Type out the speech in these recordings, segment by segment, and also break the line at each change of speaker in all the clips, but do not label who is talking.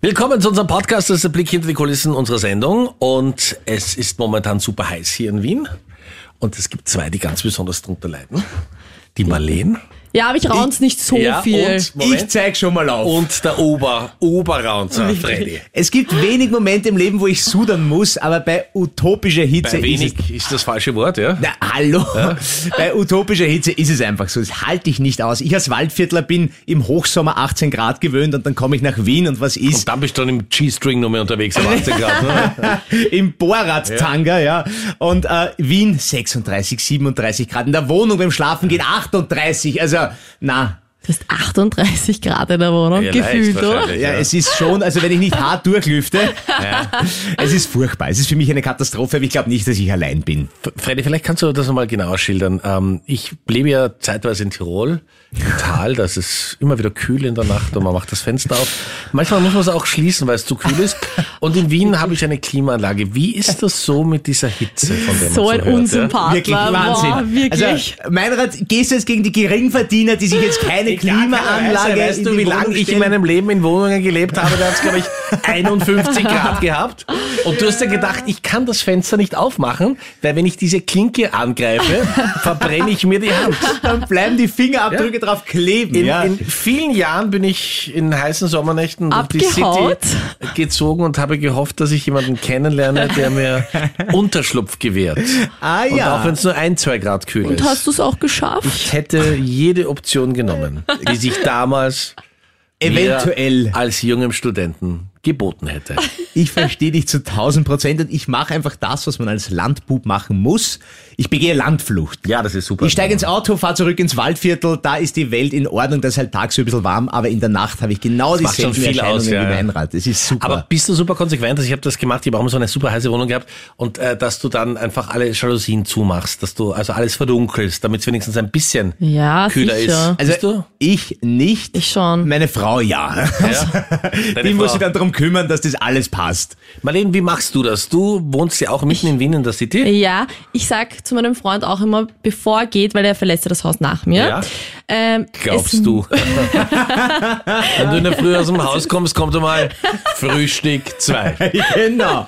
Willkommen zu unserem Podcast, das ist der Blick hinter die Kulissen unserer Sendung und es ist momentan super heiß hier in Wien und es gibt zwei, die ganz besonders drunter leiden. Die Marleen
Ja, aber ich raun's nicht so
ja,
viel.
und, Moment,
Ich zeig schon mal auf.
und der Ober, Oberraunzer Freddy.
es gibt wenig Momente im Leben, wo ich sudern muss, aber bei utopischer Hitze
Bei
ist es...
wenig ist das falsche Wort, ja?
Na, hallo. Bei utopischer Hitze ist es einfach so. Das halte ich nicht aus. Ich als Waldviertler bin im Hochsommer 18 Grad gewöhnt und dann komme ich nach Wien und was ist?
Und dann bist du dann im G-String noch mehr unterwegs am 18 Grad. Ne?
Im Bohrrad-Tanga, ja. Und äh, Wien 36, 37 Grad. In der Wohnung beim Schlafen geht 38. Also, na,
Du hast 38 Grad in der Wohnung
Ja, leicht
gefühlt, oder?
wahrscheinlich,
Ja,
ja.
es ist schon, also wenn ich nicht hart durchlüfte, es ist furchtbar. Es ist für mich eine Katastrophe, aber ich glaube nicht, dass ich allein bin.
Freddy, vielleicht kannst du das nochmal genauer schildern. Ähm, ich lebe ja zeitweise in Tirol, im Tal, da ist es immer wieder kühl in der Nacht und man macht das Fenster auf. Manchmal muss man es auch schließen, weil es zu kühl ist. Und in Wien habe ich eine Klimaanlage. Wie ist das so mit dieser Hitze, von der man
So
so
ein
hört,
Unsympathler.
Wirklich
Boah,
Wahnsinn.
wirklich.
Also, mein Rat, gehst du jetzt gegen die Geringverdiener, die sich jetzt keine Klimaanlage
Weißt
in
du,
die
wie
Wohnung
lange ich in
stellen?
meinem Leben in Wohnungen gelebt habe? Da hat es, glaube ich, 51 Grad gehabt. Und du hast ja gedacht, ich kann das Fenster nicht aufmachen, weil wenn ich diese Klinke angreife, verbrenne ich mir die Hand.
dann bleiben die Fingerabdrücke drauf kleben.
In,
ja.
in vielen Jahren bin ich in heißen Sommernächten durch die City
Abgehaut?
gezogen und habe gehofft, dass ich jemanden kennenlerne, der mir Unterschlupf gewährt.
ah
Und auch wenn
ja.
es nur ein, zwei Grad kühl
Und
ist.
hast du es auch geschafft?
ich hätte jede Option genommen, die sich damals mir
Eventuell.
als jungem Studenten geboten hätte.
Ich verstehe dich zu 1000 Prozent und ich mache einfach das, was man als Landbub machen muss. Ich begehe Landflucht.
Ja, das ist super.
Ich steige ins Auto, fahre zurück ins Waldviertel, da ist die Welt in Ordnung, da ist halt tagsüber ein bisschen warm, aber in der Nacht habe ich genau
macht schon
dieselben
viel
Erscheinungen
aus, ja,
wie
ja.
Weinrad. Das ist super.
Aber bist du super konsequent? Also ich habe das gemacht, ich habe auch immer so eine super heiße Wohnung gehabt und äh, dass du dann einfach alle Jalousien zumachst, dass du also alles verdunkelst, damit es wenigstens ein bisschen
Ja,
kühler
sicher.
ist. Siehst
also ich nicht,
Ich schon.
meine Frau ja.
du? Ja. Deine
Die
Frau.
muss sich dann darum kümmern, dass das alles passt.
Marlene, wie machst du das? Du wohnst ja auch mitten in Wien in der City.
Ja, ich sag zu meinem Freund auch immer, bevor er geht, weil er verlässt ja das Haus nach mir.
Ja.
Ähm, es,
Glaubst du? Wenn du in der Früh aus dem Haus kommst, kommt einmal Frühstück 2.
genau.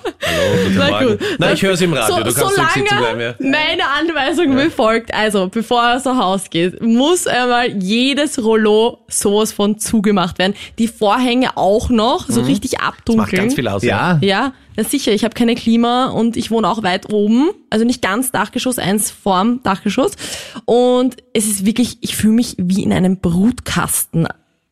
Guten
Na
Morgen.
gut.
Nein, ich höre es im Radio.
So,
du kannst
solange
ruhig sitzen bleiben. Ja.
meine Anweisung befolgt, also bevor er aus dem Haus geht, muss einmal jedes Rollo sowas von zugemacht werden. Die Vorhänge auch noch, so richtig abdunkeln.
Mhm. Macht ganz viel aus.
Ja,
Ja, na sicher, ich habe keine Klima und ich wohne auch weit oben, also nicht ganz Dachgeschoss, eins vorm Dachgeschoss. Und es ist wirklich, ich fühle mich wie in einem Brutkasten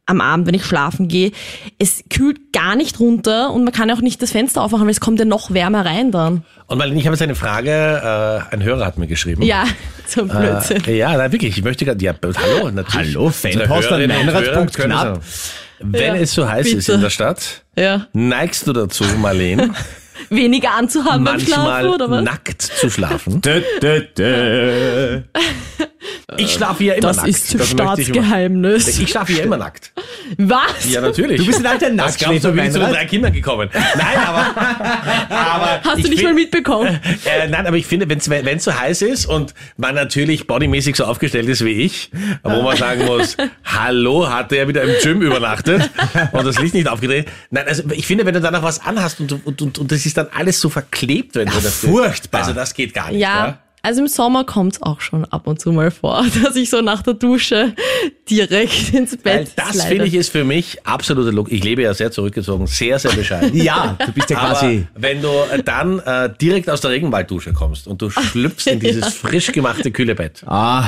am Abend, wenn ich schlafen gehe. Es kühlt gar nicht runter und man kann auch nicht das Fenster aufmachen, weil es kommt ja noch wärmer rein dann.
Und Marlene, ich habe jetzt eine Frage. Äh, ein Hörer hat mir geschrieben.
Ja, so ein Blödsinn.
Äh, ja, nein, wirklich. Ich möchte gerade. Ja, hallo, natürlich.
Hallo, Fanpost an
Unsere Hörerinnen und Hörer
meinrad.knapp.
können sagen. Wenn
Ja,
es so heiß ist
bitte.
in der Stadt,
Ja.
neigst du dazu, Marlene,
Weniger anzuhaben beim Schlafen oder
manchmal
was?
nackt zu schlafen?
Dö, dö, dö.
Ich schlafe ja immer
Das
nackt.
ist
möchte ich immer-
Staatsgeheimnis.
Ich schlafe ja immer nackt.
Was?
Ja, natürlich.
Du bist ein alter
Das glaubst
Nacktschläfer,
du, wie bist du mit
Meinrad?
drei Kindern gekommen? Nein, aber... aber
Hast
ich
du nicht
fi-
mal mitbekommen?
Äh, nein, aber ich finde, wenn es so heiß ist und man natürlich bodymäßig so aufgestellt ist wie ich, wo man sagen muss, hallo, hatte er wieder im Gym übernachtet und das Licht nicht aufgedreht. Nein, also ich finde, wenn du danach was anhast und, du- und, und, und das ist dann alles so verklebt, wenn du das
furchtbar.
Also das geht gar nicht.
Ja,
Ja.
also im Sommer kommt's auch schon ab und zu mal vor, dass ich so nach der Dusche direkt ins
Weil
Bett
das
slide.
finde ich ist für mich absolute Log. Ich lebe ja sehr zurückgezogen, sehr, sehr bescheiden.
Ja, du bist ja
Aber
quasi.
wenn du äh, dann äh, direkt aus der Regenwalddusche kommst und du schlüpfst in dieses frisch gemachte kühle Bett,
ah,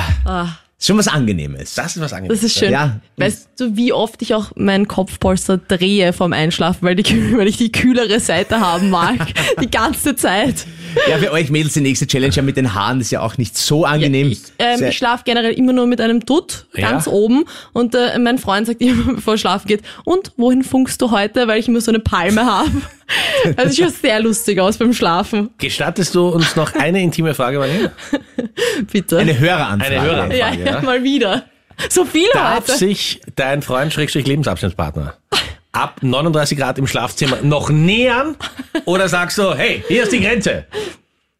ist schon was Angenehmes.
das ist was angenehm.
Das ist schön.
Ja.
Weißt du, wie oft ich auch meinen Kopfpolster drehe vom Einschlafen, weil, die, weil ich die kühlere Seite haben mag. die ganze Zeit.
Ja, für euch Mädels die nächste Challenge ja mit den Haaren ist ja auch nicht so angenehm.
Ich, ähm,
Sehr-
ich schlafe generell immer nur mit einem Dutt
Ja.
ganz oben und äh, mein Freund sagt immer, bevor er schlafen geht, und wohin funkst du heute, weil ich immer so eine Palme habe. Also ich schaue sehr lustig aus beim Schlafen.
Gestattest du uns noch eine intime Frage, Marlene?
Bitte.
eine Höreranfrage.
Eine Höreranfrage.
Ja,
Frage,
ja,
ja.
mal wieder. So viel
Darf
heute.
sich dein Freund, Schrägstrich Lebensabschnittspartner, ab 39 Grad im Schlafzimmer noch nähern? Oder sagst du, hey, hier ist die Grenze?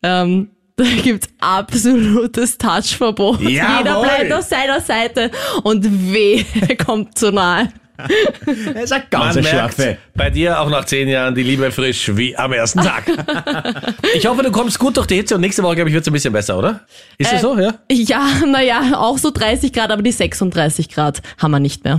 Ähm, da gibt's absolutes Touchverbot.
Jawohl.
Jeder bleibt auf seiner Seite und weh, er kommt zu nahe.
Er ist ein ganz
Man
Schlaffe.
merkt bei dir auch nach zehn Jahren die Liebe frisch wie am ersten Tag. ich hoffe, du kommst gut durch die Hitze und nächste Woche, glaube ich, wird es ein bisschen besser, oder? Ist das so, ja?
Ja, naja, auch so 30 Grad, aber die 36 Grad haben wir nicht mehr.